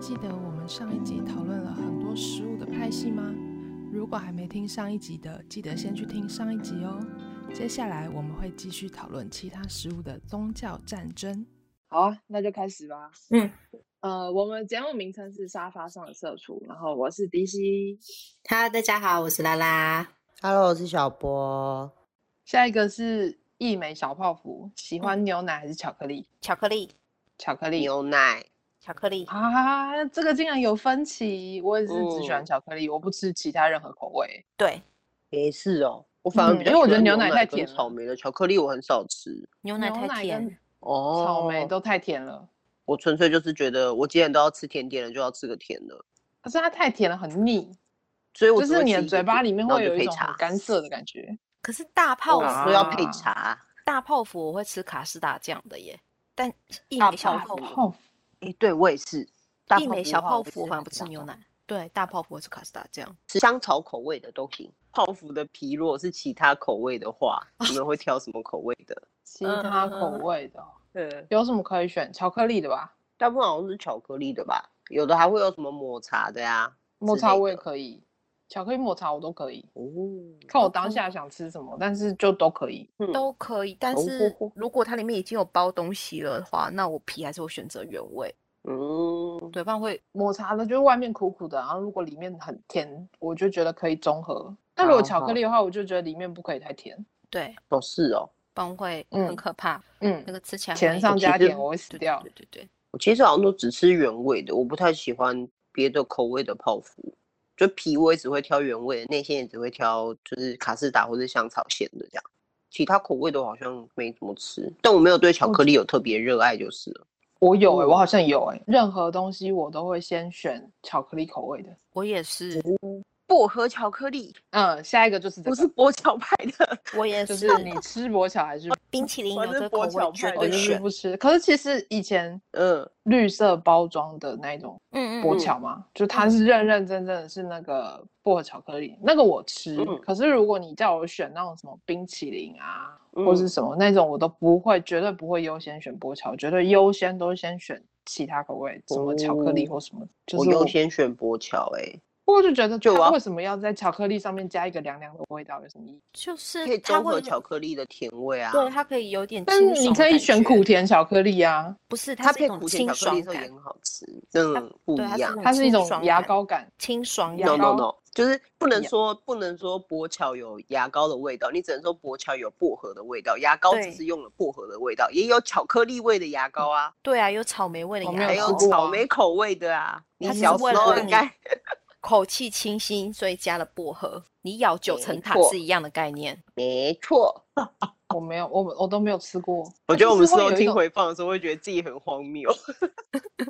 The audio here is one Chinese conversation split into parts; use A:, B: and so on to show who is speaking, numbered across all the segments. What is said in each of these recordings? A: 记得我们上一集讨论了很多食物的派系吗？如果还没听上一集的，记得先去听上一集哦。接下来我们会继续讨论其他食物的宗教战争。
B: 好啊，那就开始吧。
C: 嗯，
B: 呃，我们节目名称是《沙发上的社畜》，然后我是迪西，
C: Hello，大家好，我是拉拉。
D: Hello，我是小波。
B: 下一个是一美小泡芙，喜欢牛奶还是巧克力？
C: 巧克力，
B: 巧克力哦
D: 牛奶，
C: 巧克力，
B: 啊，这个竟然有分歧，我也是只喜
C: 哦
B: 欢巧克力，我不吃其他任何口味。
C: 对，
D: 也是哦。我反而
B: 嗯
D: 比较
B: 因为我觉得
D: 喜欢
B: 牛
D: 牛
B: 奶太
D: 跟
B: 甜了
D: 草莓的巧克力我很少吃。
C: 牛奶
B: 牛
C: 太
B: 奶
C: 甜
B: 跟。
D: 哦，
B: 草莓都太甜了，
D: 我纯粹就是觉得我既然都要吃甜点了，就要吃个甜的，
B: 可是它太甜了很腻，
D: 所以我
B: 就
D: 只
B: 是
D: 会
B: 你的
D: 吃一
B: 嘴
D: 个
B: 巴
D: 甜
B: 里面
D: 然后
B: 会
D: 就
B: 有一
D: 配
B: 种很
D: 茶
B: 干涩的感觉。
C: 可是大泡
D: 哦，
C: 芙，
B: 啊
D: 都要配茶。
C: 大泡芙我会吃卡士达酱的耶，但一
B: 大
C: 枚小
B: 泡
C: 泡芙，
B: 泡芙
D: 诶，对我也是。大
C: 一
D: 泡
C: 枚
D: 芙
C: 小
D: 的话
C: 泡
D: 我会
C: 芙我
D: 吃
C: 好像不
D: 卡
C: 吃
D: 士
C: 牛
D: 达
C: 奶。对，大泡芙我吃卡士达酱。
D: 吃香草口味的都行。泡芙的皮如果是其他口味的话，你们会挑什么口味 的？
B: 其他口
C: 嗯
B: 味的哦
D: 嗯，
B: 有什么可以选？巧克力的吧。
D: 大部分好像是巧克力的吧，有的还会有什么抹茶的呀、
B: 抹
D: 之
B: 茶
D: 类
B: 我也
D: 的
B: 可以，巧克力抹茶我都可以，
D: 哦，
B: 看我当下想吃什么，但是就都可以。
D: 嗯
C: 都可以，但
D: 哦
C: 是
D: 吼吼
C: 如果它里面已经有包东西了的话，那我皮还是会选择原味，
D: 嗯，
C: 对，不然会
B: 抹茶的就是外面苦苦的，然后如果里面很甜，我就觉得可以中和。但如果
D: 好
B: 巧克
D: 哦好
B: 力的话，我就觉得里面不可以太甜。
C: 对，
D: 哦是哦。
C: 不然会
B: 嗯
C: 很可怕，
B: 嗯
C: 那，个吃起来
B: 甜
C: 会
B: 上
D: 其
B: 加
D: 实
B: 甜我会死
C: 对
B: 掉
C: 对。对对对，
D: 我其实好像都只吃原味的，我不太喜欢别的口味的泡芙。就皮我也只会挑原味的，内馅也只会挑就是卡士达或是香草馅的这样，其他口味都好像没怎么吃。但我没有对巧克力有特别热爱就是了。
B: 我有
D: 嗯
B: 哎、我好像有哎、任何东西我都会先选巧克力口味的。
C: 我也 是，
D: 薄荷巧克力
B: 嗯，下一个就是这
D: 不
B: 个，
D: 是薄巧派的，
C: 我也，
B: 就是是你吃薄巧还是
C: 冰淇淋
D: 我
C: 有
D: 是
C: 这个口
D: 薄
C: 味
D: 巧
C: 绝
D: 派
B: 我
C: 对
B: 就
D: 的
B: 是
C: 选，
B: 不吃。可是其实以前
D: 嗯，
B: 绿色包装的那一种
C: 嗯嗯
B: 薄
C: 嗯
B: 巧嘛，就它是认认真真的是那个薄荷巧克力，那个我吃。
D: 嗯
B: 可是如果你叫我选那种什么冰淇淋啊，或是
D: 嗯
B: 什么那种，我都不会，绝对不会优先选薄巧，绝对优先都是先选其他口味，什么巧克力
D: 哦
B: 或什么。就
D: 我
B: 是
D: 优先选薄巧、欸，
B: 我就觉得，
D: 就
B: 就
D: 我要
B: 为什么要在巧克力上面加一个凉凉的味道，有什么意义？
C: 就是
D: 可以
C: 它
D: 综合
C: 会
D: 巧克力的甜味啊。
C: 对，它可以有点清
B: 但是
C: 爽的感觉。
B: 你可以选苦甜巧克力啊，
C: 不是，它
D: 它
C: 是一
D: 配
C: 种
D: 苦甜
C: 清
D: 巧克
C: 爽
D: 力的时候也
C: 感，
D: 很好吃，嗯，不
C: 对，
D: 一样。
B: 它是一种
C: 清爽
B: 牙
C: 感
B: 膏感。
C: 清爽
B: 牙
C: 感
D: No
B: 膏
D: no no，就是不能
B: 呀
D: 说不能说薄巧有牙膏的味道，你只能说薄巧有薄荷的味道，牙膏只
C: 对
D: 是用了薄荷的味道，也有巧克力味的牙膏啊，
C: 对啊，有草莓味
B: 嗯
C: 的
B: 我没
C: 牙
D: 还
B: 有吃
D: 有
C: 膏，
B: 过
D: 草
B: 啊
D: 莓口味的啊。你
C: 它只是
D: 小时
C: 为了
D: 候
C: 让
D: 应
C: 你
D: 该
C: 口气清新，所以加了薄荷。你咬九
D: 没
C: 层塔
D: 错
C: 是一样的概念。
D: 没错。
B: 我没有，我我都没有吃过。
D: 我觉得我们
B: 是
D: 事
B: 有
D: 后
B: 一
D: 听
B: 种
D: 回放的时候，会觉得自己很荒谬。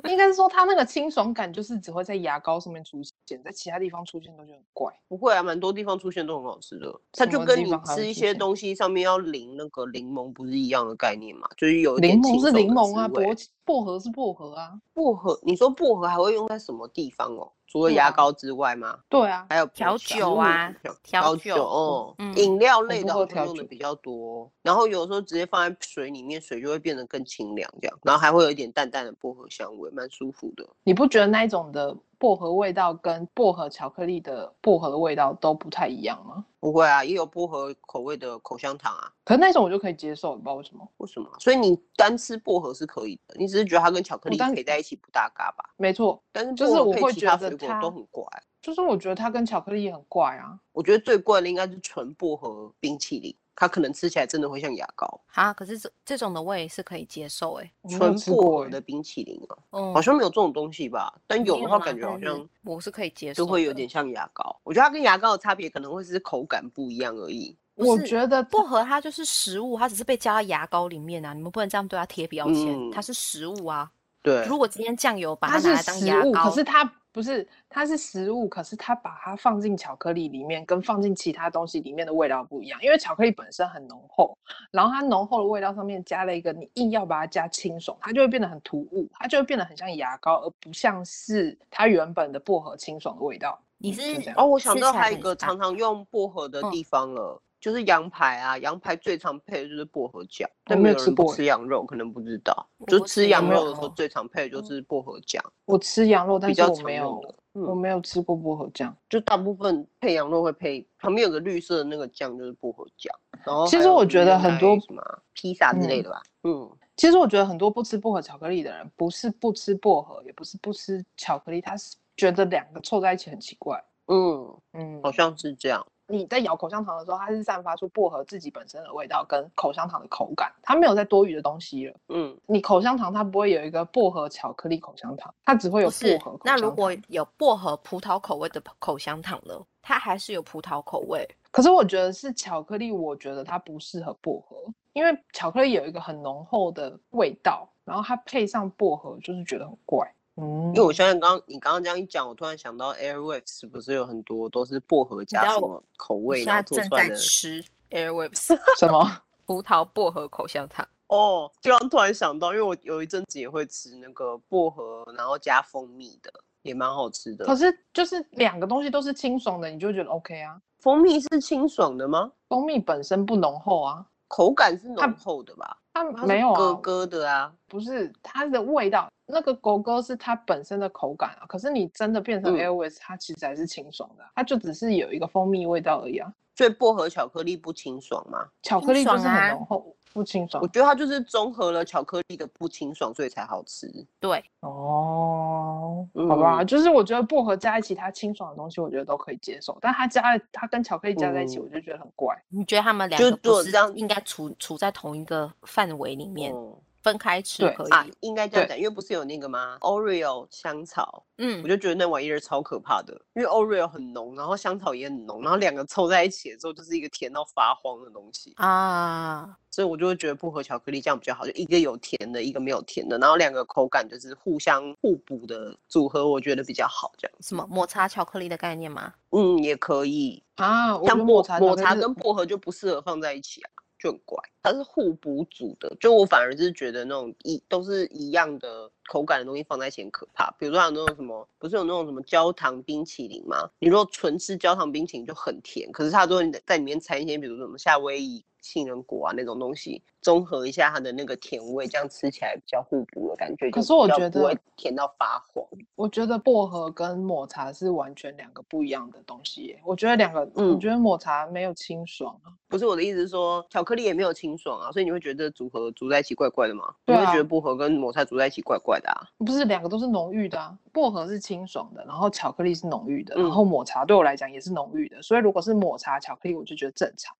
B: 应该是说它那个清爽感，就是只会在牙膏上面出现，在其他地方出现都觉得很怪。
D: 不会啊，蛮多地方出现都很好吃的。它
B: 什
D: 就
B: 么
D: 跟
B: 地
D: 你
B: 方还会
D: 吃一
B: 出
D: 些
B: 现
D: 东西上面要淋那个柠檬，不是一样的概念嘛？就是有一点
B: 柠檬
D: 清
B: 是
D: 爽
B: 柠
D: 的
B: 檬
D: 滋
B: 啊，
D: 味
B: 薄薄荷是薄荷啊，
D: 薄荷，你说薄荷还会用在什么地方哦？除了
B: 对
D: 牙
B: 啊
D: 膏之外吗？
B: 对啊，
D: 还有
C: 调
D: 薄巧
C: 酒啊
D: 嗯
C: 调
D: 调
C: 酒
D: 哦
C: 嗯，
D: 饮料
B: 我
D: 类
B: 不
D: 的
B: 喝
D: 好像
B: 调
D: 用的
B: 酒
D: 比较多，然后有时候直接放在水里面，水就会变得更清凉，这样，然后还会有一点淡淡的薄荷香味，蛮舒服的。
B: 你不觉得那一种的薄荷味道跟薄荷巧克力的薄荷的味道都不太一样吗？
D: 不会啊，也有薄荷口味的口香糖啊，
B: 可是那种我就可以接受，不知道为什么。
D: 为什么啊？所以你单吃薄荷是可以的，你只是觉得它跟巧克
B: 我
D: 力
B: 单
D: 配在一起不搭嘎吧？
B: 没错，
D: 但是
B: 就
D: 薄
B: 是
D: 荷
B: 我
D: 配
B: 会
D: 其
B: 觉
D: 他
B: 得
D: 水果
B: 它
D: 都很怪。
B: 就是我觉得它跟巧克力也很怪啊。
D: 我觉得最怪的应该是纯薄荷冰淇淋，它可能吃起来真的会像牙膏。
C: 啊，可是这这种的我也是可以接受哎、
B: 我没有
D: 纯
B: 吃
D: 薄
B: 过
D: 荷
B: 欸
D: 的冰淇淋啊，
C: 嗯，
D: 好像没有这种东西吧？但有
C: 没
D: 的话，
C: 啦
D: 感觉好
C: 但是
D: 像
C: 我是可以接受
D: 就
C: 的，
D: 会有点像牙膏。我觉得它跟牙膏的差别可能会是口感不一样而已。
C: 不
B: 我
C: 是
B: 觉得
C: 薄荷它就是食物，它只是被加到牙膏里面啊，你们不能这样对它贴标签，
D: 嗯
C: 它是食物啊。
D: 对，
C: 如果今天酱油把
B: 它
C: 拿
B: 是
C: 来当
B: 食
C: 牙
B: 物，
C: 膏，
B: 可是它不是，它是食物，可是它把它放进巧克力里面，跟放进其他东西里面的味道不一样，因为巧克力本身很浓厚，然后它浓厚的味道上面加了一个你硬要把它加清爽，它就会变得很突兀，它就会变得很像牙膏，而不像是它原本的薄荷清爽的味道。
C: 你
B: 嗯就是这样
D: 哦，我想
C: 吃
D: 到
C: 起来
D: 还有一
C: 很
D: 个
C: 像
D: 常常用薄荷的
C: 嗯
D: 地方了，就是羊排啊，羊排最常配的就是薄荷酱，但
B: 没
D: 没
B: 有
D: 有
B: 吃
D: 人不
B: 过
D: 吃羊肉，可能不知道，
C: 我
D: 就
C: 不
D: 吃
C: 吃
D: 羊
B: 羊
D: 肉
C: 肉
D: 的时候
C: 哦
D: 最常配的就是薄荷酱，
B: 我吃羊肉，但
D: 比
B: 是
D: 较
B: 我
D: 常
B: 没
D: 用
B: 有，
D: 的。
B: 我
D: 嗯，
B: 没有吃过薄荷酱。
D: 就大部分配羊肉会配旁边有个绿色的那个酱，就是薄荷酱。然后
B: 其
D: 还
B: 实
D: 有
B: 我觉
D: 牛
B: 得很
D: 奶
B: 多
D: 什么披萨之类
B: 嗯
D: 的吧。嗯，
B: 其实我觉得很多不吃薄荷巧克力的人，不是不吃薄荷，也不是不吃巧克力，他是觉得两个凑在一起很奇怪。
D: 嗯，
B: 嗯，
D: 好像是这样。
B: 你在咬口香糖的时候，它是散发出薄荷自己本身的味道跟口香糖的口感，它没有再多余的东西了。
D: 嗯，
B: 你口香糖它不会有一个薄荷巧克力口香糖，它只会有
C: 不
B: 薄
C: 是
B: 荷口香糖。。
C: 那如果有薄荷葡萄口味的口香糖呢？它还是有葡萄口味，
B: 可是我觉得是巧克力，我觉得它不适合薄荷，因为巧克力有一个很浓厚的味道，然后它配上薄荷，就是觉得很怪。嗯，
D: 因为我相信刚刚你刚刚这样一讲，我突然想到 Airwaves 不是有很多都是薄荷加
C: 知道
D: 什
C: 我
D: 么口
C: 我
D: 味，
C: 现在
D: 然后做
C: 正
D: 出来
C: 在
D: 的
C: 吃 Airwaves
B: 什么？
C: 葡萄薄荷口香糖。
D: 哦，就刚突然想到，因为我有一阵子也会吃那个薄荷，然后加蜂蜜的，也蛮好吃的。
B: 可是就是两个东西都是清爽的，你就觉得 OK 啊。
D: 蜂蜜是清爽的吗？
B: 蜂蜜本身不浓厚啊，
D: 口感是
B: 它
D: 浓厚的吧？
B: 它
D: 它是
B: 没有
D: 咯
B: 啊，
D: 咯的啊。
B: 不是它的味道，那个狗狗是它本身的口感啊。可是你真的变成
D: 嗯
B: Airways，、它其实还是清爽的啊、它就只是有一个蜂蜜味道而已啊。
D: 所以薄荷巧克力不清爽吗？
B: 巧克力就
C: 清
B: 是
C: 爽啊
B: 很浓厚，不清爽
D: 我。觉得它就是综合了巧克力的不清爽，所以才好吃。
C: 对，
B: 哦，
C: 嗯
B: 好吧，
D: 嗯
B: 就是我觉得薄荷加一起它清爽的东西，我觉得都可以接受，但它加它跟巧克力加在一起，
D: 嗯
B: 我就觉得很怪。
C: 你觉得他们两
D: 就
C: 个
D: 如果
C: 不是
D: 这样
C: 应该处处在同一个范围里面，
D: 哦
C: 分开吃
B: 对
C: 可以？
D: 啊，应该这样
B: 对
D: 讲，因为不是有那个吗？Oreo 香草，我
C: 嗯，
D: 就觉得那玩意儿超可怕的，因为 Oreo 很浓，然后香草也很浓，然后两个凑在一起的时候就是一个甜到发慌的东西，
C: 啊，
D: 所以我就会觉得薄荷巧克力这样比较好，就一个有甜的，一个没有甜的，然后两个口感就是互相互补的组合，我觉得比较好这样。
C: 什么抹茶巧克力的概念吗？
D: 嗯，也可以，
B: 啊，我觉
D: 像
B: 得
D: 抹
B: 抹茶
D: 抹
B: 巧克
D: 茶
B: 力
D: 跟薄荷就不适合放在一起啊，就很怪。它是互补组的，就我反而是觉得那种一都是一样的口感的东西放在一起很可怕。比如说还有那种什么，不是有那种什么焦糖冰淇淋吗？你如果纯吃焦糖冰淇淋就很甜，可是它都会在里面掺一些，比如说什么夏威夷杏仁果啊那种东西，综合一下它的那个甜味，这样吃起来比较互补的感觉。
B: 可
D: 就是
B: 我
D: 比较
B: 觉
D: 不会
B: 得
D: 甜到发黄。
B: 我觉得薄荷跟抹茶是完全两个不一样的东西耶。我觉得两个，
D: 嗯
B: 我觉得抹茶没有清爽啊。
D: 不是我的意思是说，巧克力也没有清爽啊，所以你会觉得组合组在一起怪怪的吗？
B: 对啊
D: 你会觉得薄荷跟抹茶组在一起怪怪的啊？
B: 不是两个都是浓郁的、啊，薄荷是清爽的，然后巧克力是浓郁的，
D: 嗯
B: 然后抹茶对我来讲也是浓郁的，所以如果是抹茶巧克力，我就觉得正常；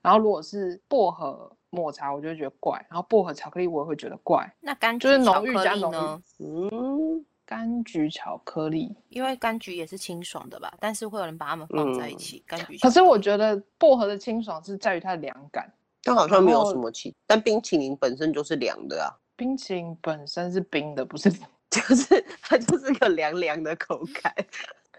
B: 然后如果是薄荷抹茶，我就会觉得怪；然后薄荷巧克力我也会觉得怪。
C: 那柑
B: 就是
C: 橘
B: 浓
C: 巧
B: 郁
C: 克
B: 加
C: 力
B: 浓郁
C: 呢？
D: 嗯，
B: 柑橘巧克力，
C: 因为柑橘也是清爽的吧，但是会有人把它们放在一
D: 嗯
C: 起。柑橘巧
B: 可是
C: 克
B: 我
C: 力
B: 觉得薄荷的清爽是在于它的凉感，
D: 但好像没有
B: 然后
D: 什么其，但冰淇淋本身就是凉的啊，
B: 冰淇淋本身是冰的，不是。
D: 就是它就是个凉凉的口感，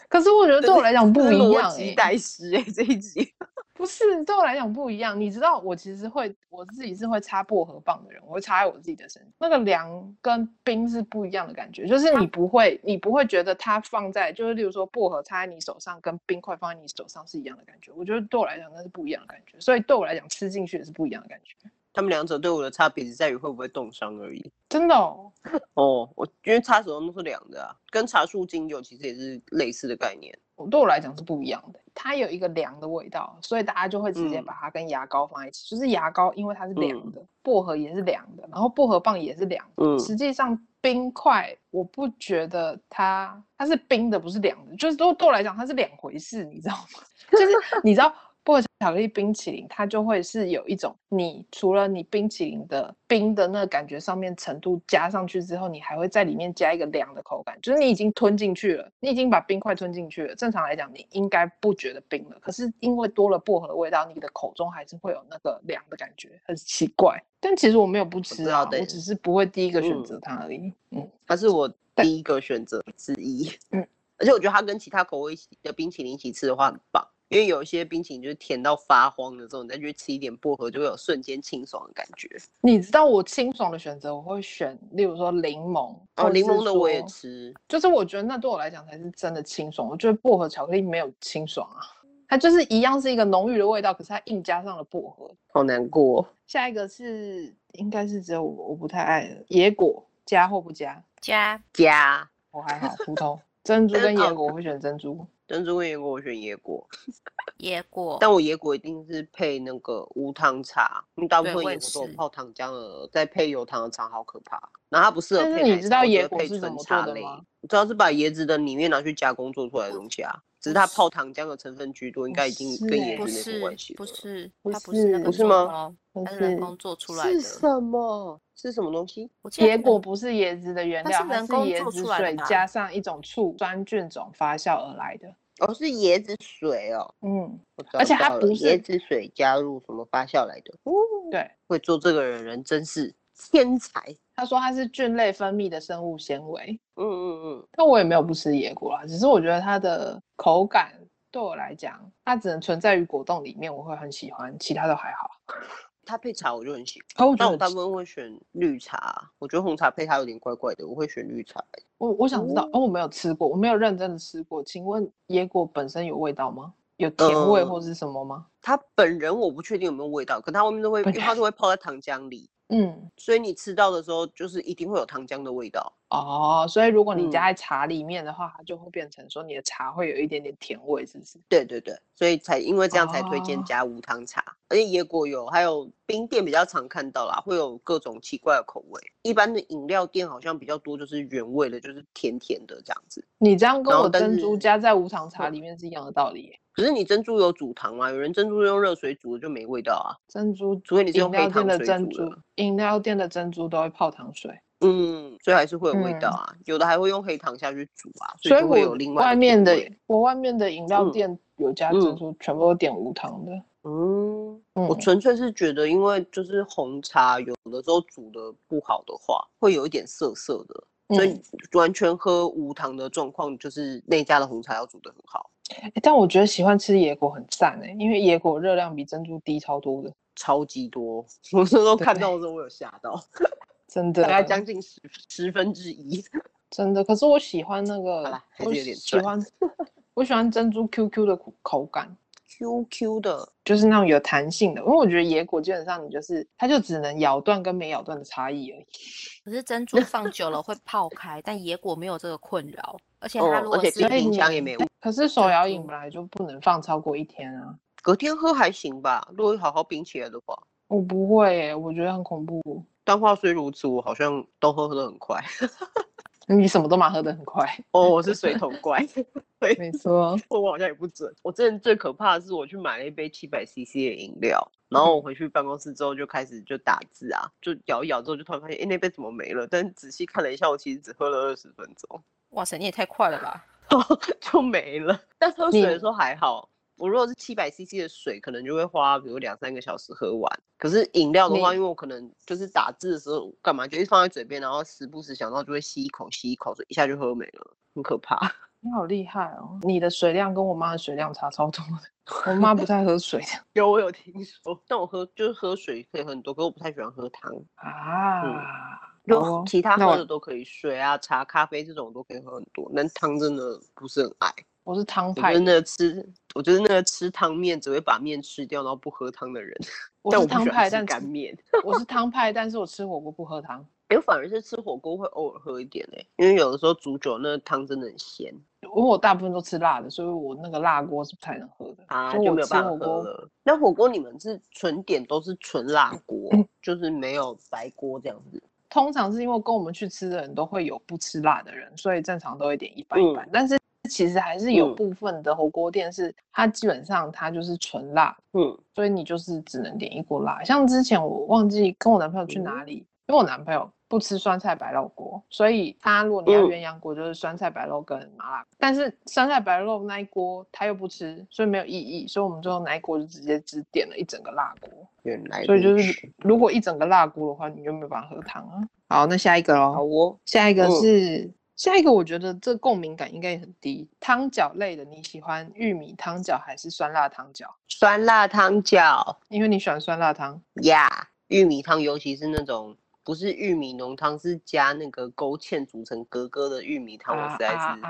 B: 可是我觉得对我来讲不
D: 这是
B: 一样、
D: 逻辑
B: 欸，
D: 代诗哎、这一集。
B: 不是对我来讲不一样。你知道，我其实会我自己是会擦薄荷棒的人，我会擦在我自己的身上。那个凉跟冰是不一样的感觉，就是你不会，你不会觉得它放在，就是例如说薄荷擦在你手上跟冰块放在你手上是一样的感觉。我觉得对我来讲那是不一样的感觉，所以对我来讲吃进去也是不一样的感觉。
D: 他们两者对我的差别只在于会不会冻伤而已。
B: 真的哦，
D: 哦，我因为擦手上都是凉的啊，跟茶树精油其实也是类似的概念。
B: 我对我来讲是不一样的。它有一个凉的味道，所以大家就会直接
D: 嗯
B: 把它跟牙膏放在一起。就是牙膏，因为它是凉
D: 嗯
B: 的，薄荷也是凉的，然后薄荷棒也是凉的。
D: 嗯
B: 实际上冰块，我不觉得它它是冰的，不是凉的，就是对对我来讲它是两回事，你知道吗？ 就是你知道薄荷巧克力冰淇淋，它就会是有一种你除了你冰淇淋的冰的那个感觉上面程度加上去之后，你还会在里面加一个凉的口感，就是你已经吞进去了，你已经把冰块吞进去了。正常来讲，你应该不觉得冰了，可是因为多了薄荷的味道，你的口中还是会有那个凉的感觉，很奇怪。但其实我没有不吃
D: 知
B: 啊
D: 道，的
B: 我只是不会第一个选
D: 嗯
B: 择它而已。嗯
D: 它是我
B: 但
D: 第一个选择之一。
B: 嗯
D: 嗯， 而且我觉得它跟其他口味一起的冰淇淋一起吃的话很棒，因为有一些冰淇淋就是甜到发慌的时候，你再去吃一点薄荷，就会有瞬间清爽的感觉。
B: 你知道我清爽的选择，我会选，例如说柠檬
D: 哦，
B: 或
D: 柠
B: 是
D: 檬的我也
B: 说
D: 吃，
B: 就是我觉得那对我来讲才是真的清爽。我觉得薄荷巧克力没有清爽啊，它就是一样是一个浓郁的味道，可是它硬加上了薄荷。
D: 好难过哦、
B: 下一个是应该是只有我我不太爱的野果，加或不加？
C: 加
D: 加
B: 我还 好，葡萄、珍珠跟
C: 哦
D: 真
B: 野
D: 好
B: 果，我会选珍珠。
D: 珍珠跟野果，我选野果，
C: 野果，
D: 但我野果一定是配那个无糖茶，因为大部
C: 对
D: 分
C: 我
D: 野
C: 也
D: 果都有
C: 是
D: 泡糖浆了，再配有糖的茶好可怕。然后它不适合
B: 但是
D: 配
B: 你
D: 奶
B: 知
D: 茶
B: 道
D: 我就
B: 野
D: 会
B: 果
D: 配
B: 是怎
D: 纯
B: 么
D: 茶
B: 做的
D: 类
B: 吗？
D: 我知道是把椰子的里面拿去加工做出来的东西啊，只是它泡糖浆的成分居多，应该已经
B: 是
D: 跟
B: 欸
D: 椰
C: 不
D: 子没什么
C: 是
D: 关系
C: 不
D: 了
C: 是，
B: 不
C: 它不是那
B: 是
C: 个
D: 不是
C: 种
D: 吗
C: 哦，
B: 不
C: 它是人
B: 是
C: 工做出来的。
D: 是什么？是什么东西？
C: 我记得
B: 野
C: 它
B: 果
C: 人
B: 不是椰子的原
C: 它
B: 料，
C: 是
B: 它
C: 人
B: 是
C: 工
B: 椰
C: 做
B: 子
C: 出来的
B: 水
C: 吧
B: 加上一种醋酸菌种发酵而来的。
D: 哦，是椰子水哦，
B: 嗯，
D: 我找
B: 而且它
D: 到了
B: 不是
D: 椰子水加入什么发酵来的。哦，
B: 对，
D: 会做这个的人真是天才。
B: 他说它是菌类分泌的生物纤维，
D: 嗯嗯嗯，
B: 但我也没有不吃野果啦，只是我觉得它的口感对我来讲，它只能存在于果冻里面，我会很喜欢，其他都还好。
D: 它配茶我就很喜欢，
B: 可我觉
D: 但
B: 得
D: 我大部
B: 很
D: 分会选绿茶。啊我觉得红茶配它有点怪怪的，我会选绿茶。
B: 我我想知
D: 嗯
B: 道，哦，我没有吃过，我没有认真的吃过，请问野果本身有味道吗？有甜味
D: 呃
B: 或是什么吗？
D: 它本人我不确定有没有味道，可它外面都会，因
B: 本
D: 为它都会泡在糖浆里，
B: 嗯，
D: 所以你吃到的时候就是一定会有糖浆的味道。
B: 哦，所以如果你
D: 嗯
B: 加在茶里面的话，它就会变成说你的茶会有一点点甜味，是不是？
D: 对对对，所以才因为这样才推荐
B: 哦
D: 加无糖茶，而且野果有，还有冰店比较常看到啦，会有各种奇怪的口味。一般的饮料店好像比较多就是原味的，就是甜甜的这样子。
B: 你这样跟
D: 然后
B: 我
D: 但
B: 珍珠
D: 是
B: 加在无糖茶
D: 嗯
B: 里面是一样的道理耶。
D: 可是你珍珠有煮糖吗？有人珍珠用热水煮的就没味道啊。
B: 珍珠，
D: 除非你是
B: 饮
D: 用
B: 料
D: 黑
B: 店
D: 糖
B: 的
D: 水
B: 珍
D: 煮的
B: 珠，饮料店的珍珠都会泡糖水，
D: 嗯，所以还是会有味
B: 嗯
D: 道啊，有的还会用黑糖下去煮啊，
B: 所以
D: 就
B: 我
D: 会有另外
B: 外面的
D: 甜味
B: 我外面的饮料
D: 嗯
B: 店有加
D: 嗯
B: 珍珠，全部都点无糖的。
D: 嗯，
B: 嗯，
D: 我纯粹是觉得，因为就是红茶有的时候煮的不好的话，会有一点涩涩的，所以
B: 嗯
D: 完全喝无糖的状况，就是那家的红茶要煮的很好，
B: 诶但我觉得喜欢吃野果很赞诶，因为野果热量比珍珠低超多的，
D: 超级多。我那时候看
B: 对啊
D: 到的时候，我有吓到，
B: 真的
D: 大。概将近十十分之一。
B: 真的，可是我喜欢那个
D: 啦，还
B: 我
D: 是有点
B: 喜
D: 酸
B: 欢， 我喜欢珍珠 QQ 的口口感，
D: Q Q 的，
B: 就是那种有弹性的。因为我觉得野果基本上你就是，它就只能咬断跟没咬断的差异而已。
C: 可是 珍珠放久了会泡开，但野果没有这个困扰，而且它
D: 嗯
C: 如果
D: 而且
C: 是
D: 冰冰
B: 你
D: 箱也没味，
B: 可是手
C: 珍
D: 嗯
B: 摇饮
C: 珠
B: 本来就不能放超过一天啊。
D: 隔天喝还行吧，如果好好冰起来的话。
B: 我不会耶，我觉得很恐怖。
D: 但话虽如此，我好像都喝的很快。
B: 你什么都嘛喝得很快，
D: 哦，我是水桶怪，所以
B: 没错。
D: 我好像也不准。我之前最可怕的是，我去买了一杯七百 CC 的饮料，然后我回去办公室之后就开始就打字啊，就摇一摇之后就突然发现，哎、那杯怎么没了？但仔细看了一下，我其实只喝了二十分钟
C: 哇塞，你也太快了吧！
D: 就没了。但喝水
B: 你
D: 的时候还好，我如果是七百 CC 的水，可能就会花比如两三个小时喝完。可是饮料的话，
B: 你
D: 因为我可能就是打字的时候干嘛，就一直放在嘴边，然后时不时想到就会吸一口吸一口，所以一下就喝没了，很可怕。
B: 你好厉害哦，你的水量跟我妈的水量差超多的。我妈不太喝水的
D: 有，我有听说，但我喝就是喝水可以喝很多，可我不太喜欢喝汤，
B: 啊。
D: 就
B: 哦
D: 其他
B: 那
D: 喝
B: 我
D: 的都可以，水啊、茶、咖啡这种我都可以喝很多，但汤真的不是很爱。
B: 我是汤
D: 我觉
B: 派
D: 得
B: 的，
D: 那个吃，我觉得那个吃汤面只会把面吃掉，然后不喝汤的人。
B: 我
D: 但
B: 是
D: 我不
B: 汤
D: 喜
B: 派，
D: 欢吃
B: 但
D: 干
B: 是
D: 面，
B: 我是汤派，但是我吃火锅不喝汤。
D: 哎、我反而是吃火锅会偶尔喝一点嘞、欸因为有的时候煮久那个汤真的很咸
B: 因为我大部分都吃辣的，所以我那个辣锅是不太能喝的。
D: 啊，
B: 所以哦
D: 就
B: 我
D: 没有
B: 吃
D: 办法
B: 火
D: 喝
B: 锅，
D: 了。那火锅你们是纯点都是纯辣锅
B: 嗯，
D: 就是没有白锅这样子。
B: 通常是因为跟我们去吃的人都会有不吃辣的人，所以正常都会点一半一
D: 嗯
B: 半。但是其实还是有
D: 嗯
B: 部分的火锅店是、它基本上它就是纯辣，
D: 嗯，
B: 所以你就是只能点一锅辣。像之前我忘记跟我男朋友
D: 嗯
B: 去哪里，因为我男朋友不吃酸菜白肉锅，所以他如果你要
D: 嗯
B: 鸳鸯锅就是酸菜白肉跟麻辣，但是酸菜白肉那一锅他又不吃，所以没有意义，所以我们最后那一锅就直接只点了一整个辣锅。
D: 原来
B: 所以就
D: 如此
B: 是如果一整个辣锅的话，你就没有办法喝汤啊。好，那下一个
D: 好
B: 喽，
D: 哦。
B: 下一个
D: 嗯
B: 是、下一个，我觉得这共鸣感应该也很低。汤饺类的，你喜欢玉米汤饺还是酸辣汤饺？
D: 酸辣汤饺
B: 因为你喜欢酸辣汤，
D: 呀玉米汤尤其是那种不是玉米浓汤，是加那个勾芡煮成格格的玉米汤，我实在
B: 啊
D: 是
B: 啊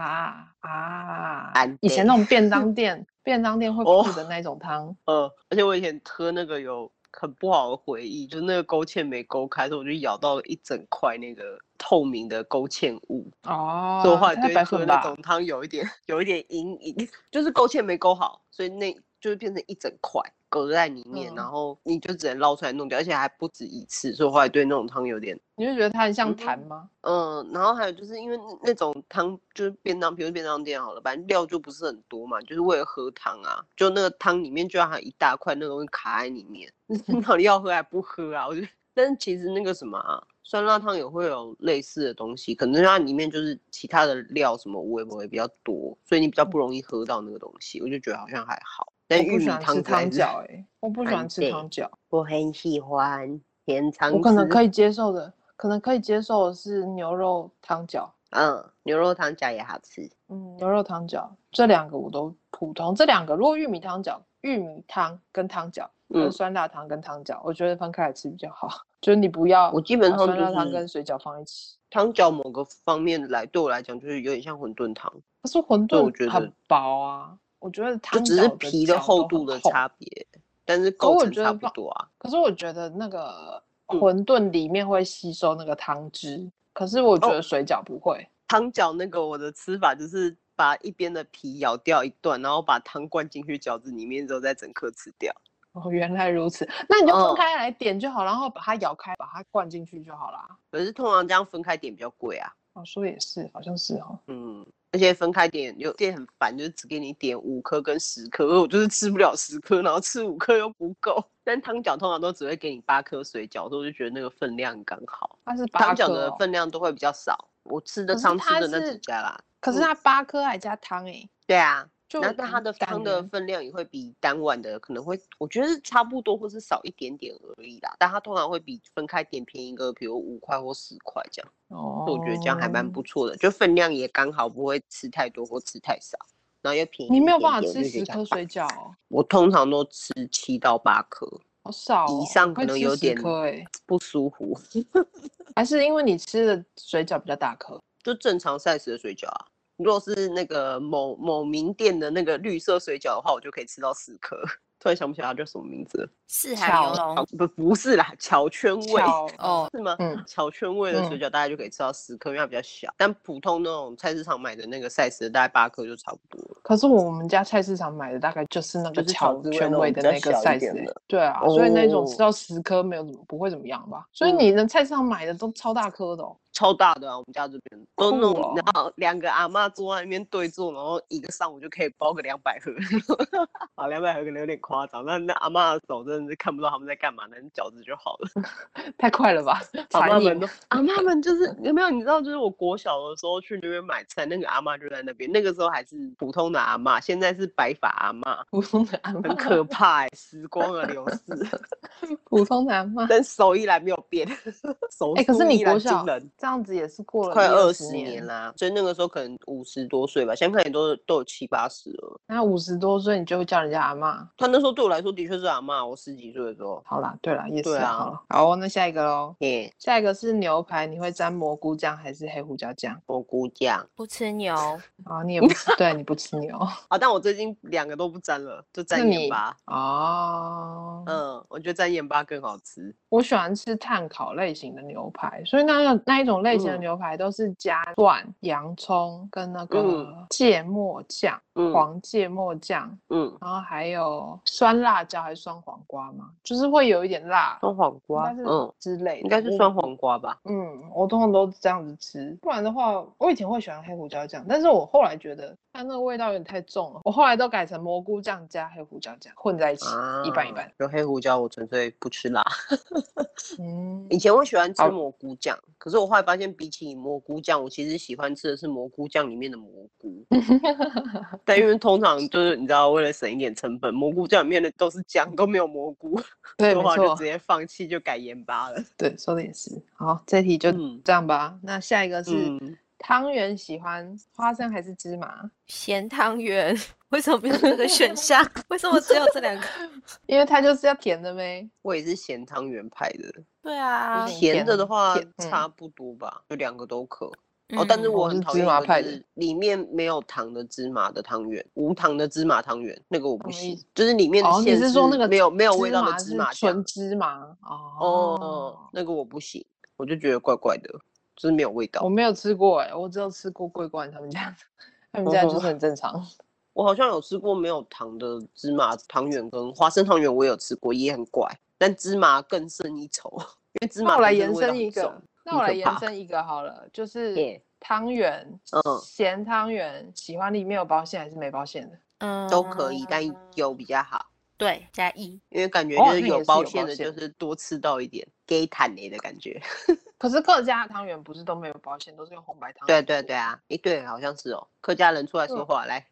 B: 啊啊！
D: 安
B: 以前
D: 得
B: 那种便当店，便当店会
D: 哦
B: 附的那种汤。
D: 呃，而且我以前喝那个有很不好的回忆，就是那个勾芡没勾开，所以我就咬到了一整块那个透明的勾芡物，
B: 哦，
D: 所以我后来
B: 太
D: 对
B: 白
D: 喝
B: 粉
D: 那
B: 吧，
D: 种汤有一点有一点阴影，就是勾芡没勾好，所以那就是变成一整块隔在里面，
B: 嗯
D: 然后你就只能捞出来弄掉，而且还不止一次，所以我后来对那种汤有点
B: 你就觉得它很像
D: 嗯
B: 痰吗？
D: 嗯，然后还有就是因为那那种汤就是便当，比如便当店好了，反正料就不是很多嘛，就是为了喝汤啊，就那个汤里面就让它一大块那个东西卡在里面， 你到底要喝还不喝啊？我觉得，但是其实那个什么啊，酸辣汤也会有类似的东西，可能它里面就是其他的料什么我也不会比较多，所以你比较不容易喝到那个东西，我就觉得好像还好。但
B: 我
D: 玉
B: 不
D: 米
B: 喜欢吃
D: 汤才
B: 汤
D: 是
B: 饺，哎，我不喜
D: 安
B: 欢吃
D: 定
B: 汤饺，
D: 我很喜欢甜汤
B: 我可能
D: 汁
B: 可以接受的，可能可以接受的是牛肉汤饺。
D: 嗯，牛肉汤饺也好吃。
B: 嗯，牛肉汤饺这两个我都普通，这两个如果玉米汤饺、玉米汤跟汤饺，跟
D: 嗯
B: 酸辣汤跟汤饺，我觉得分开来吃比较好。 就是你不要
D: 我基本
B: 把
D: 上
B: 啊酸
D: 就
B: 辣汤
D: 是
B: 跟水饺放一起。
D: 汤饺某个方面来，对我来讲就是有点像混沌汤，
B: 可是馄
D: 对我
B: 饨
D: 觉得
B: 很薄啊，我觉得
D: 就
B: 汤
D: 只是
B: 饺
D: 皮
B: 的
D: 的
B: 饺
D: 厚
B: 都
D: 度
B: 很
D: 的
B: 厚
D: 差别，但是
B: 我
D: 构成
B: 觉
D: 差
B: 得
D: 不
B: 放
D: 多啊。
B: 可是我觉得那个
D: 嗯
B: 馄饨里面会吸收那个汤汁，可是我觉
D: 哦
B: 得水饺不会。
D: 汤饺那个我的吃法就是把一边的皮咬掉一段，然后把汤灌进去饺子里面之后再整颗吃掉。
B: 哦，原来如此，那你就分
D: 嗯
B: 开来点就好，然后把它咬开，把它灌进去就好啦。
D: 可是通常这样分开点比较贵啊，
B: 哦，说也是，好像是哦。
D: 嗯，而且分开点有点很烦，就是只给你点五颗跟十颗，可是我就是吃不了十颗，然后吃五颗又不够。但汤饺通常都只会给你八颗水饺，所以我就觉得那个分量刚好。
B: 它是八
D: 汤
B: 颗、
D: 饺的
B: 哦，
D: 分量都会比较少，我吃的
B: 可是
D: 常吃
B: 它
D: 的那
B: 是
D: 几家啦。
B: 可是
D: 嗯
B: 它八颗还加汤哎、
D: 对啊，
B: 就欸
D: 然后但它的
B: 感
D: 汤的
B: 觉
D: 分量也会比单碗的可能会，我觉得是差不多或是少一点点而已啦。但它通常会比分开点便宜个，比如五块或十块这样，
B: 哦
D: 所以我觉得这样还蛮不错的，就分量也刚好，不会吃太多或吃太少，然后又便宜一点点。
B: 你没有办法吃
D: 我就
B: 十
D: 觉得这样
B: 颗水饺、哦，
D: 我通常都吃七到八颗，
B: 好少、哦。
D: 以上
B: 会
D: 可能
B: 吃
D: 有
B: 10
D: 点
B: 颗哎、
D: 不舒服，
B: 还是因为你吃的水饺比较大颗？
D: 就正常 size 的水饺啊。如果是那个某某名店的那个绿色水饺的话，我就可以吃到四颗。突然想不起来它叫什么名字了，
C: 四海牛
D: 巧
C: 龙，
D: 不不是啦，巧圈味
B: 巧
C: 哦，
D: 是吗？
B: 哦嗯
D: 巧圈味的水
B: 嗯
D: 饺大概就可以吃到十颗，因为它比较小。但普通那种菜市场买的那个 size 的大概八颗就差不多了。
B: 可是我们家菜市场买的大概就是那个
D: 就是
B: 巧
D: 饺子味
B: 圈
D: 那种
B: 味
D: 比
B: 的
D: 较
B: 那个
D: 小
B: size，
D: 一点
B: 欸
D: 的
B: 对啊，所以那种
D: 哦
B: 吃到十颗没有怎么不会怎么样吧？所以
D: 嗯
B: 你的菜市场买的都超大颗的、哦，
D: 超大的啊！我们家这边都
B: 酷
D: 弄，
B: 哦
D: 然后两个阿嬷坐在那边对坐，然后一个上午就可以包个两百盒， 啊，两百盒可能有点夸张，但那阿嬷的手真的是看不到他们在干嘛，那饺子就好了。
B: 太快了吧？
D: 阿
B: 残
D: 妈
B: 忍
D: 们都，阿妈啊们就是有没有？你知道，就是我国小的时候去那边买菜，那个阿妈就在那边。那个时候还是普通的阿妈，现在是白发阿妈，
B: 普通的阿
D: 很
B: 嬷，
D: 可怕、欸，时光的流逝，
B: 普通的阿嬷。
D: 但手依然没有变，手
B: 哎、可是
D: 速
B: 你
D: 依然
B: 国
D: 惊
B: 小
D: 人
B: 这样子也是过了
D: 快
B: 一
D: 二
B: 十
D: 十年
B: 年，
D: 啦，所以那个时候可能五十多岁吧，现在看也都都有七八十了。
B: 那五十多岁你就会叫人家阿嬷。
D: 他那时候对我来说的确是阿妈，我十几岁的时候，
B: 好啦，对啦，也是
D: 对啊
B: 好了。好哦，那下一个喽。
D: 耶、
B: 下一个是牛排，你会沾蘑菇酱还是黑胡椒酱？
D: 蘑菇酱
C: 不吃牛，
B: 啊，你也不
D: 嗯
B: 吃，对，你不吃牛
D: 啊，但我最近两个都不沾了，就
B: 那
D: 沾盐
B: 你
D: 巴。
B: 哦。
D: 嗯，我觉得沾盐巴更好吃。
B: 我喜欢吃碳烤类型的牛排，所以那个那一种类型的
D: 嗯
B: 牛排都是加蒜、洋葱跟那个
D: 嗯
B: 芥末酱、
D: 嗯
B: 黄芥末酱，
D: 嗯，
B: 然后还有酸辣椒还是酸黄瓜嘛，就是会有一点辣，
D: 酸黄
B: 应
D: 瓜
B: 该，是
D: 嗯，
B: 之类的，
D: 应该是
B: 我
D: 酸黄瓜吧？
B: 嗯，我通常都是这样子吃，不然的话，我以前会喜欢黑胡椒酱，但是我后来觉得它那个味道有点太重了，我后来都改成蘑菇酱加黑胡椒酱混在一起，
D: 啊，
B: 一半一半。。
D: 有黑胡椒，我纯粹不吃辣。
B: 嗯，
D: 以前我喜欢吃
B: 好
D: 蘑菇酱，可是我后来发现，比起蘑菇酱，我其实喜欢吃的是蘑菇酱里面的蘑 菇。但因为通常就是你知道，为了省一点成本，蘑菇酱里面的都是酱，都没有蘑菇，
B: 对，
D: 的
B: 没
D: 话就
B: 错
D: 直，接放弃，就改盐巴了。
B: 对，说的也是。好，这题就
D: 嗯
B: 这样吧。那下一个是、
D: 嗯，
B: 汤圆，喜欢花生还是芝麻？
C: 咸汤圆， 为什么没有这个 选项？为什么只有这两个？
B: 因为它就是要甜的呗。
D: 我也是咸汤圆派的，
C: 对啊
B: 有，点
D: 甜的
B: 甜
D: 的话
B: 甜嗯
D: 差不多吧，就两个都可。哦，但是
C: 嗯
D: 我
B: 哦
D: 很
B: 是
D: 讨
B: 芝
D: 厌
B: 麻
D: 一个
B: 派
D: 就
B: 的
D: 是里面没有糖的芝麻的汤圆，无糖的芝麻汤圆，那个我
B: 什
D: 不
B: 么意
D: 行
B: 思。
D: 就是里面的
B: 哦，你
D: 馅
B: 是说那个
D: 没有没有
B: 芝
D: 味道的
B: 麻
D: 芝
B: 是
D: 麻
B: 纯
D: 酱？
B: 芝麻
D: 哦
B: 哦，，
D: 那个我不行，我就觉得怪怪的，就是没有味道
B: 我。没有吃过哎，我只有吃过桂冠他们家的，他们家就是很正常。
D: 我好像有吃过没有糖的芝麻汤圆跟花生汤圆，我也有吃过，也很怪，但芝麻更胜一筹，
B: 哦
D: 因为芝麻
B: 那我来
D: 本
B: 延
D: 身味道
B: 伸
D: 很
B: 一个
D: 重，
B: 那
D: 很
B: 我来
D: 可
B: 延
D: 怕
B: 伸一个好了，就
D: 耶
B: 是汤圆，
D: 嗯
B: 咸汤圆，喜欢里面有包馅还是没包馅的？
C: 嗯，
D: 都可以，但有比较好。
C: 对加一，
D: 因为感觉
B: 哦
D: 就是
B: 那也
D: 有
B: 是
D: 包
B: 有
D: 馅
B: 包
D: 的，就
B: 馅
D: 是多吃到一点，给坦雷的感觉。
B: 可是客家的汤圆不是都没有包馅，都是用红白汤
D: 对
B: 圆
D: 对
B: 做
D: 对啊，诶，对，好像是哦。客家人出来说
B: 哦嗯
D: 话，来，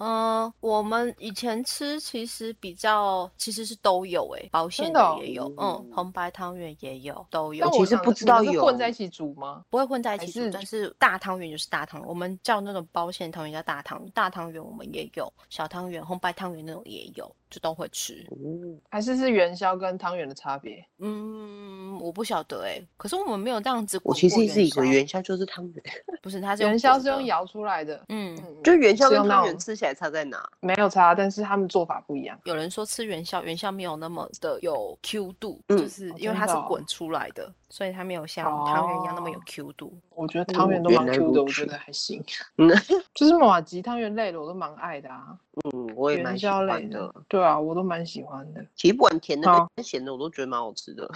C: 嗯，我们以前吃其实比较其实是都有诶、保险
B: 的哦
C: 也有，
D: 嗯
C: 嗯，红白汤圆也有，都有
B: 但。
D: 其
B: 我
D: 实
B: 想
D: 不
B: 的
D: 知
B: 你们
D: 道
B: 是混
D: 有
B: 在一起煮吗？
C: 不会混在一
B: 还
C: 起煮，
B: 是
C: 但是大汤圆就是大汤圆，我们叫那种包馅汤圆叫大汤圆，大汤圆我们也有，小汤圆、红白汤圆那种也有，就都会吃。
D: 嗯，
B: 还是是元宵跟汤圆的差别？
C: 嗯，我不晓得哎、可是我们没有这样子
D: 我
C: 滚
D: 其
C: 过
D: 实是以
C: 宵
D: 为元宵就是汤圆，
C: 不是，它是
B: 元宵
C: 滚
B: 是用
C: 的，
B: 摇出来的，
C: 嗯，
B: 嗯，
D: 就是元宵
B: 是
D: 跟
B: 用那
D: 汤圆
B: 种
D: 吃起来差在哪？
B: 没有差，但是他们做法不一样。
C: 有人说吃元宵，元宵没有那么的有 Q 度，就
D: 嗯
C: 是
B: 哦
C: 因
B: 真
C: 为它
B: 的
C: 是
B: 哦
C: 滚出来的，所以它没有像汤圆一样那么有
B: 哦
C: Q 度。
B: 我觉得
D: 嗯
B: 汤圆都蛮
D: 原来
B: Q
D: 如
B: 的，我觉
D: 此
B: 得还行。
D: 嗯
B: 就是马吉汤圆类的我都蛮爱的啊，
D: 嗯，我也蛮
B: 元
D: 喜
B: 宵类
D: 欢的。。
B: 对啊，我都蛮喜欢的。
D: 其实不管甜的
B: 好
D: 跟咸的，我都觉得蛮好吃的。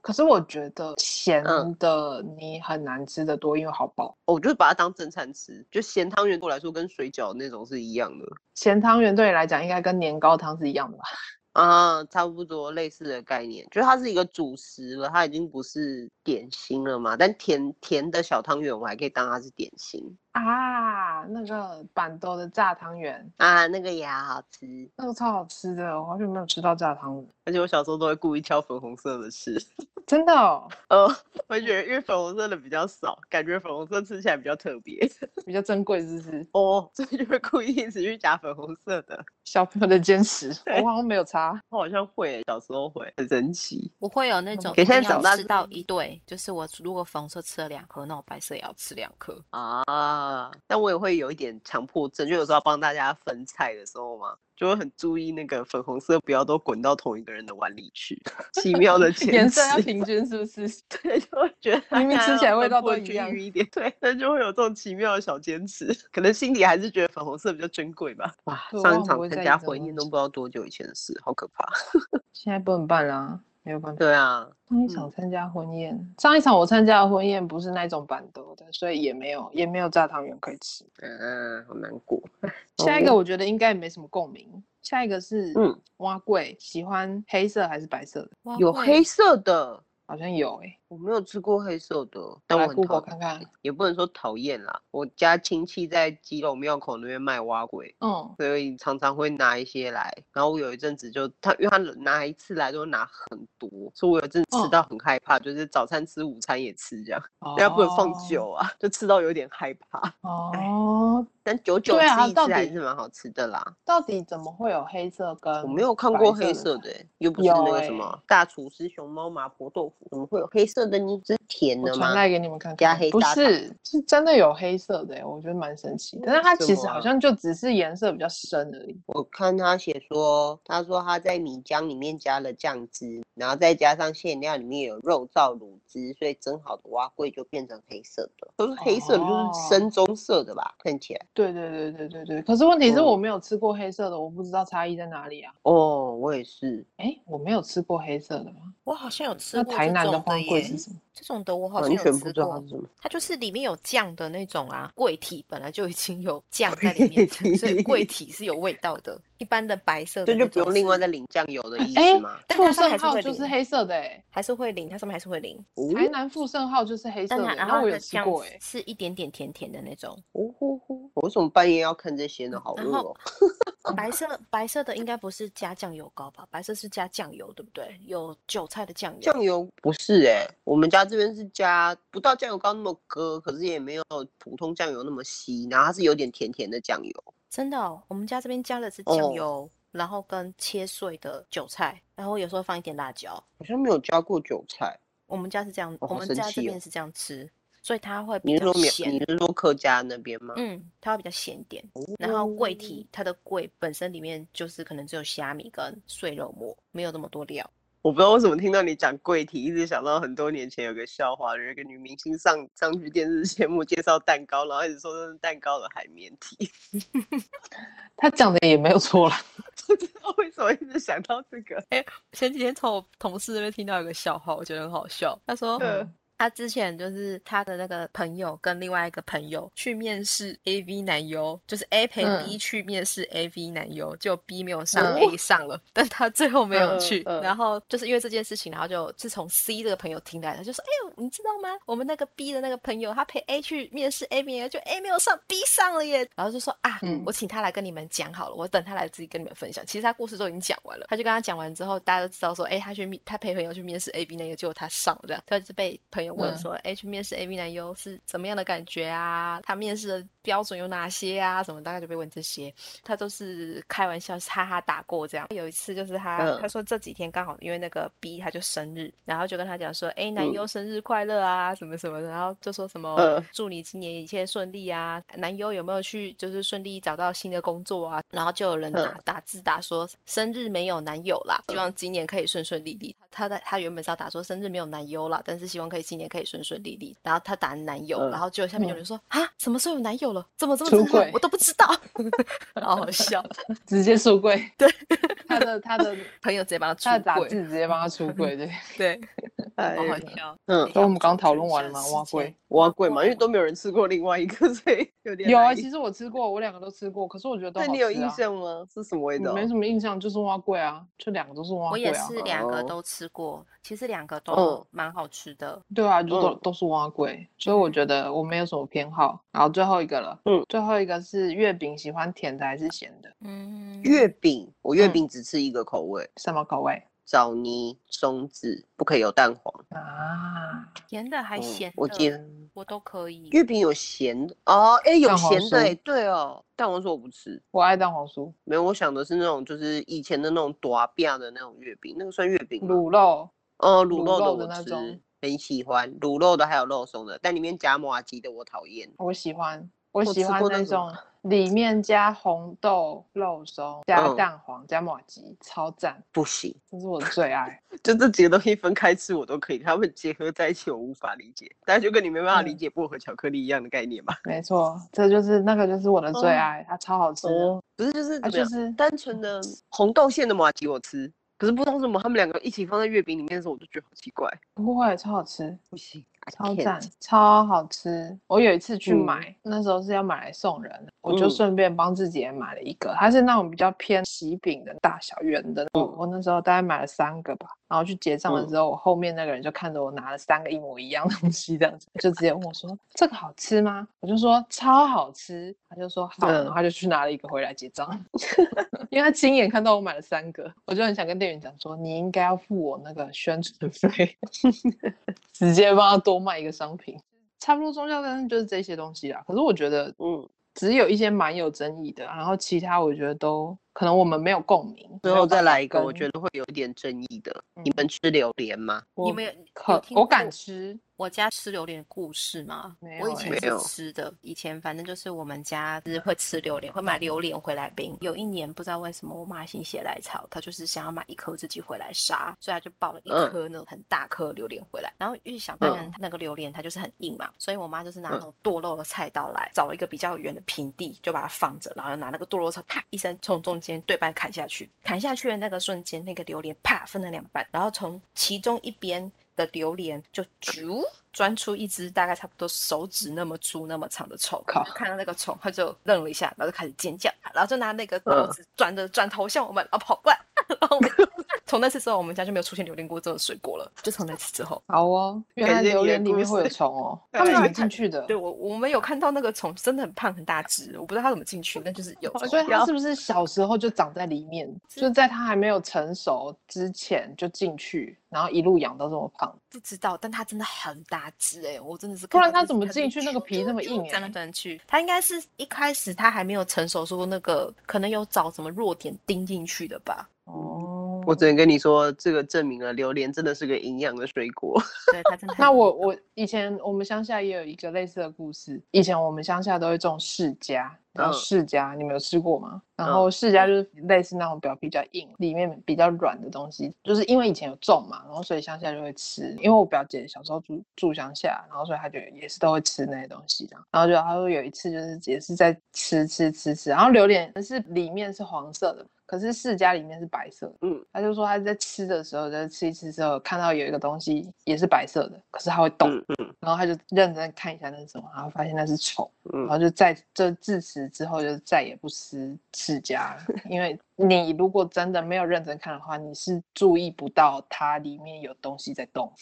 B: 可是我觉得咸
D: 嗯
B: 的你很难吃的多，因为好饱。
D: 哦我就把它当正餐吃，就咸汤圆对我来说跟水饺那种是一样的
B: 咸汤圆对你来讲应该跟年糕汤是一样的吧？
D: 啊，差不多类似的概念，就是它是一个主食了，它已经不是点心了嘛。但甜甜的小汤圆我还可以当它是点心
B: 啊，那个板豆的炸汤圆，
D: 啊，那个也好吃。
B: 那个超好吃的，我好久没有吃到炸汤圆，
D: 而且我小时候都会故意挑粉红色的吃，
B: 真的、哦、
D: 呃，我觉得因为粉红色的比较少，感觉粉红色吃起来比较特别
B: 比较珍贵，是不是？
D: 哦，所以就会故意一直去夹粉红色的。
B: 小朋友的坚持，
D: 对
B: 我好像没有差。
D: 我好像会欸，小时候会，很神奇。
C: 我会有那种
D: 可
C: 一
D: 是现
C: 定要
D: 在长大
C: 吃
D: 之
C: 到
D: 后
C: 一对，就是我如果粉色吃了两颗，那我白色也要吃两颗。
D: 啊，但我也会有一点强迫症，就有时候要帮大家分菜的时候嘛，就会很注意那个粉红色不要都滚到同一个人的碗里去。奇妙的
B: 颜
D: 坚持
B: 色，要平均，是不 是？
D: 对，就会觉得大
B: 明明
D: 家
B: 吃起
D: 要
B: 来味
D: 分
B: 道都
D: 布得
B: 一
D: 均
B: 样
D: 匀一点，对，但就会有这种奇妙的小坚持，可能心里还是觉得粉红色比较珍贵吧。哇，
B: 对我好像
D: 上一
B: 不
D: 场
B: 会在
D: 参
B: 意
D: 加
B: 这种
D: 婚宴
B: 东西
D: 都不知道多久以前的事，好可怕。
B: 现在不能办啦，没有办法。
D: 对啊，
B: 上一
D: 嗯
B: 场参加婚宴，上一场我参加的婚宴不是那种板豆的，所以也没有也没有炸汤圆可以吃。
D: 嗯，好难过。
B: 下一
D: 哦
B: 个我觉得应该也没什么共鸣。下一个是
D: 嗯
B: 蛙桂，喜欢黑色还是白色的？
C: 哇
D: 有
C: 会
D: 黑色的，
B: 好像有诶、
D: 我没有吃过黑色的，但
B: 我来
D: 我很讨
B: Google
D: 厌
B: 看看。
D: 也不能说讨厌啦。我家亲戚在基隆庙口那边卖蛙龟，
B: 嗯，
D: 所以常常会拿一些来。然后我有一阵子就他，因为他拿一次来都拿很多，所以我有一阵子吃
B: 嗯
D: 到很害怕，就是早餐吃、午餐也吃这样，但不能放久啊，就吃到有点害怕。
B: 哦。
D: 哎
B: 哦，
D: 但久久
B: 对啊
D: 吃一
B: 到
D: 次还
B: 底
D: 是蛮好吃的啦。
B: 到底怎么会有黑色跟？
D: 我没有看过黑色
B: 色
D: 的欸、又不是那
B: 有
D: 个什么、
B: 欸
D: 大厨师熊猫麻婆豆腐，怎么会有黑色的呢？这是甜
B: 我
D: 的
B: 传
D: 吗？
B: 来给你们看
D: 加
B: 看，
D: 黑
B: 不
D: 砂糖
B: 是，是真的有黑色的、欸，我觉得蛮神奇的。但是它
D: 什
B: 其实
D: 么
B: 好
D: 啊
B: 像就只是颜色比较深而已。
D: 我看他写说，他说他在米浆里面加了酱汁，然后再加上馅料里面有肉燥卤汁，所以蒸好的蛙桂就变成黑色的。都是黑色的，就是
B: 哦
D: 深棕色的吧？看起来。
B: 对对对对对对。可是问题是我
D: 嗯
B: 没有吃过黑色的，我不知道差异在哪里啊。
D: 哦，我也是。
B: 哎，我没有吃过黑色的吗？
C: 我好像有吃
B: 那
C: 过
B: 台
C: 这
B: 南的
C: 种
B: 花
C: 耶，
B: 桂是什么？
C: 这种的我好
D: 完
C: 像有
D: 全不
C: 吃
D: 知道它
C: 过
D: 是，什么，
C: 它就是里面有酱的那种啊，桂体本来就已经 有酱在里面，所以桂
D: 桂
C: 体是有味道的。一般的白色的
D: 这就
C: 那
D: 不用
C: 种
D: 另外
C: 是
D: 再淋酱油的意
B: 哎
D: 思吗？
C: 但
B: 富
C: 它上
B: 盛
C: 面还是
B: 号
C: 会
B: 就是
C: 淋，
B: 黑色的哎、
C: 还是会淋，它上面还是会淋。
D: 哦
B: 台南富盛号就是黑色
C: 但
B: 的
C: 它
B: 欸，
C: 然
B: 那
C: 后
B: 我
C: 它
B: 有
C: 的
B: 吃
C: 酱
B: 过
C: 是
B: 哎、
C: 是一点点甜甜的那种，
D: 哦呼呼！我为什么半夜要看这些呢？好
C: 嗯然
D: 饿
C: 后
D: 哦。
C: 白色白色的应该不是加酱油膏吧？白色是加酱油，对不对？有韭菜的酱油。
D: 酱油不是哎、我们家这边是加不到酱油膏那么割，可是也没有普通酱油那么稀，然后它是有点甜甜的酱油。
C: 真的哦，我们家这边加的是酱
D: 哦
C: 油，然后跟切碎的韭菜，然后有时候放一点辣椒。
D: 好像没有加过韭菜，
C: 我们家是这样，
D: 哦
C: 我
D: 好
C: 们
D: 神
C: 家这
D: 奇哦
C: 边是这样吃。所以它会比
D: 你是
C: 较
D: 说苗？
C: 咸
D: 你。是说客家那边吗？哦
C: 嗯，它会比较咸点。然后桂体，它的桂本身里面就是可能只有虾米跟碎肉末，没有那么多料。
D: 我不知道为什么听到你讲桂体，一直想到很多年前有个笑话，有一个女明星上上去电视节目介绍蛋糕，然后一直说这是蛋糕的海绵体。
B: 他讲的也没有错啦。
D: 不知道为什么一直想到这个。
C: 哎前几天从我同事那边听到一个笑话，我觉得很好笑。他说
D: 嗯
C: 他之前就是他的那个朋友跟另外一个朋友去面试 AV 男优，就是 A 陪
B: 嗯
C: B 去面试 AV 男优，就 B 没有上
B: 嗯
C: A 上了，但他最后没有
B: 嗯
C: 去。
B: 嗯
C: 然后就是因为这件事情，然后就是从 C 这个朋友听来的，就说：“哎呦，你知道吗？我们那个 B 的那个朋友，他陪 A 去面试 AV 男优，就 A 没有上，B 上了耶。”然后就说：“啊，
B: 嗯
C: 我请他来跟你们讲好了，我等他来自己跟你们分享。其实他故事都已经讲完了，他就跟他讲完之后，大家都知道说，哎，他去面他陪朋友去面试 A B 那个，结果他上了这样，他就是被朋友问
B: 嗯
C: 说，哎、去面试 A B 男优是怎么样的感觉啊？他面试的标准有哪些啊？什么大概就被问这些，他都是开玩笑哈哈打过这样。有一次就是他、
D: 嗯
C: 他说这几天刚好因为那个 B 他就生日，然后就跟他讲说，哎，男
D: 嗯
C: 优生日快乐啊，什么什么的，然后就说什么。
D: 嗯
C: 祝你今年一切顺利啊！男优有没有去就是顺利找到新的工作啊？然后就有人打、
D: 嗯
C: 打字打说生日没有男友啦，希
B: 嗯
C: 望今年可以顺顺利利。他在他原本是要打说生日没有男优啦，但是希望可以今年可以顺顺利利。然后他打男友，
D: 嗯
C: 然后就下面有人说啊、什么时候有男友了？怎么这么
B: 出
C: 震撼
B: 轨
C: 我都不知道， 好好笑。
B: 直接出柜，对，他的他 的
C: 朋友直接
B: 他
C: 帮他
B: 的
C: 出
B: 打
C: 轨，
B: 字直接帮他出柜， 对，
C: 对，
D: 哎
C: 好好笑。
D: 嗯
C: 等一下
B: 所以我们刚刚
C: 就
B: 讨
C: 是
B: 论完了吗
C: 像
B: 蛙
C: 事件
B: 贵
D: 挖贵嘛，因为都没有人吃过另外一个， 所以有点
B: 有啊，
D: 难以
B: 其实我吃过，我两个都吃过，可是我觉得都
D: 对
B: 好吃、啊。嗯
D: 你有印象吗？是什么味道？
B: 没什么印象，就是蛙贵啊，就两个都是蛙
C: 哦我
B: 贵
C: 也
B: 啊，
C: 是两个
D: 哦
C: 都吃过，其实两个
D: 嗯
C: 都蛮好吃的。
B: 对啊，就都、
D: 嗯
B: 都是蛙贵，所以我觉得我没有什么偏好。然后最后一个了，
D: 嗯，
B: 最后一个是月饼，喜欢甜的还是咸的？
C: 嗯，
D: 月饼，我月
B: 嗯
D: 饼只吃一个口味，
B: 什么口味
D: 枣泥、松子，不可以有蛋黄。
B: 啊？
C: 甜的还
D: 嗯
C: 咸的，
D: 我记得
C: 我都可以。
D: 月饼有咸的哦，哎，有
B: 蛋黄
D: 咸的
B: 酥
D: 哎，对哦，蛋黄酥我不吃。
B: 我爱蛋黄酥、
D: 没有，我想的是那种就是以前的那种多饼的那种月饼，那个算月饼吗？
B: 卤肉，
D: 哦，
B: 卤
D: 卤
B: 肉
D: 肉
B: 的
D: 的
B: 那
D: 我
B: 种
D: 吃，很喜欢卤肉的还有肉松的，但里面夹麻鸡的我讨厌。
B: 我喜欢，我
D: 我
B: 喜
D: 吃
B: 欢
D: 过
B: 那
D: 那种
B: 种里面加红豆肉松、加
D: 嗯
B: 蛋黄、加马吉，超赞，
D: 不行，
B: 这是我的最爱。
D: 就这几个东西分开吃我都可以，他们结合在一起我无法理解，但就跟你没办法理
B: 嗯
D: 解薄荷巧克力一样的概念吧。
B: 没错，这就是那个就是我的最
D: 哦
B: 爱，它超好吃的。，
D: 不是就是
B: 它
D: 怎么
B: 就
D: 样，
B: 是
D: 单纯的红豆馅的麻吉我吃，可是不知道为什么他们两个一起放在月饼里面的时候，我就觉得好奇怪。
B: 不会超好吃，
D: 不行，
B: 超赞，超好吃。我有一次去
D: 嗯
B: 买，那时候是要买来送人，我就
D: 嗯
B: 顺便帮自己也买了一个，它是那种比较偏喜饼的大小圆的。我、我那时候大概买了三个吧，然后去结账的
D: 嗯
B: 时候，我后面那个人就看着我拿了三个一模一样的东西，这样子就直接问我说：“这个好吃吗？”我就说：“超好吃。”他就说：“好。”然
D: 嗯
B: 后他就去拿了一个回来结账。 因为他亲眼看到我买了三个，我就很想跟店员讲说，你应该要付我那个宣传费，直接帮他多卖一个商品。 差不多宗教但是就是这些东西啦。可是我觉得
D: 嗯，
B: 只有一些蛮有争议的，然后其他我觉得都可能我们没有共鸣。没
D: 最
B: 有
D: 后再
B: 办法
D: 来一个，我
B: 跟
D: 觉得会有一点争议的。你
B: 嗯
D: 们吃榴莲吗？
B: 我
C: 你们有有
B: 可
C: 听
B: 我敢
C: 过
B: 吃，
C: 我家吃榴莲的故事吗
B: 没？
C: 我
B: 有
C: 以前
D: 欸没
C: 是
D: 有
C: 吃的，以前反正就是我们家就是会吃榴莲，会买榴莲回来冰。有一年不知道为什么我妈心血来潮，她就是想要买一颗自己回来杀，所以她就抱了一
D: 嗯
C: 颗那种很大颗榴莲回来。然后预想当
D: 嗯
C: 然那个榴莲它就是很硬嘛，所以我妈就是拿
D: 嗯
C: 那种剁肉的菜刀来，找了一个比较远的平地就把它放着，然后拿那个剁肉菜啪一声从中间对半砍下去，砍下去的那个瞬间，那个榴莲啪分了两半，然后从其中一边的榴莲就啾钻出一只大概差不多手指那么粗、那么长的虫。
B: 靠
C: 看到那个虫，他就愣了一下，然后就开始尖叫，然后就拿那个刀子转着转头向我们，然后跑过来。 然后我们从那次之后，我们家就没有出现榴莲过这种水果了。就从那次之后，
B: 好 哦。原
D: 感
B: 来
D: 觉
B: 榴
D: 你的
B: 莲里
D: 故
B: 面会有
D: 事
B: 虫哦，
D: 对
B: 他们
C: 啊
B: 怎么
C: 它
B: 进去的
C: 对？我我们有看到那个虫真的很胖很大只，我不知道它怎么进去，但就是有虫。
B: 所以它
D: 要
B: 是不是小时候就长在里面，就是在它还没有成熟之前就进去，然后一路养到这么胖？
C: 不知道，但它真的很大只哎、我真的是
B: 不
C: 看
B: 然
C: 到
B: 它
C: 就
B: 怎么
C: 看
B: 进
C: 到
B: 去那个皮
C: 啾
B: 那么
C: 啾
B: 硬
C: 钻来
B: 欸
C: 钻去，它应该是一开始它还没有成熟，说那个可能有找什么弱点钉进去的吧。
B: 哦，
D: 我只能跟你说，这个证明了榴莲真的是个营养的水果。
C: 对它真的 很
B: 那
C: 营
B: 我
C: 养
B: 我以前我们乡下也有一个类似的故事。以前我们乡下都会种释迦，然后
D: 嗯
B: 释迦、你们有吃过吗？然
D: 嗯
B: 后释迦就是类似那种表皮比较硬，里面比较软的东西，就是因为以前有种嘛，然后所以乡下就会吃。因为我表姐小时候住住乡下，然后所以她就也是都会吃那些东西这样。然后就她说有一次就是也是在吃吃吃吃，然后榴莲是里面是黄色的。可是释迦里面是白色的，
D: 嗯
B: 他就说他在吃的时候，在吃一吃之后，看到有一个东西也是白色的，可是它会动，
D: 嗯嗯
B: 然后他就认真看一下那是什么，然后发现那是丑，然后
D: 嗯，
B: 就再就自此之后就再也不吃释迦了，因 为你如果真的没有认真看的话，你是注意不到它里面有东西在动。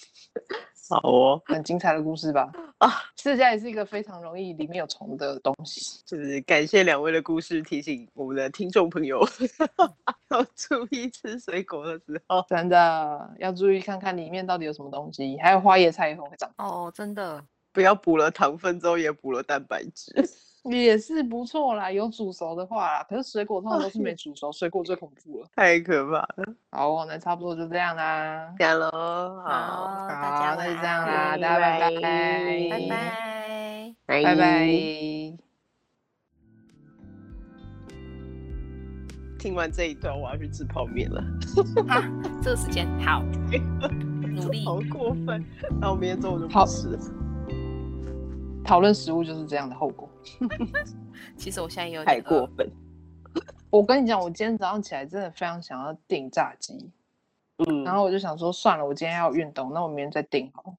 D: 好哦，
B: 很精彩的故事 吧？
D: 啊，
B: 释迦也是一个非常容易里面有虫的东西。
D: 就是感谢两位的故事，提醒我们的听众朋 友要注意吃水果的时候。
B: 真的要注意看看里面到底有什么东西，还有花椰菜也很会长。
C: 哦，真的
D: 不要补了糖分之后也补了蛋白质。
B: 也是不错啦，有煮熟的话啦，可是水果通常都是没煮熟，水果最恐怖了。
D: 太可怕了，
B: 好，那差不多就这样啦。
D: 这样喽，好，
C: 好，嗯大家
B: 好，那就这样
C: 晚
B: 啦，嗯
C: 安
B: 大家拜拜，
C: 拜拜。
D: 拜
B: 拜拜。
D: 听完这一段，我要去吃泡面了，
C: 哈，这个时间 好，努力
D: 好过分。 那我明天中午就
B: 好
D: 不吃了。
B: 讨论食物就是这样的后果。
C: 其实我现在有点
D: 太
C: 饿
D: 过分。
B: 我跟你讲，我今天早上起来真的非常想要订炸鸡，
D: 嗯，
B: 然后我就想说，算了，我今天要运动，那我明天再订好了。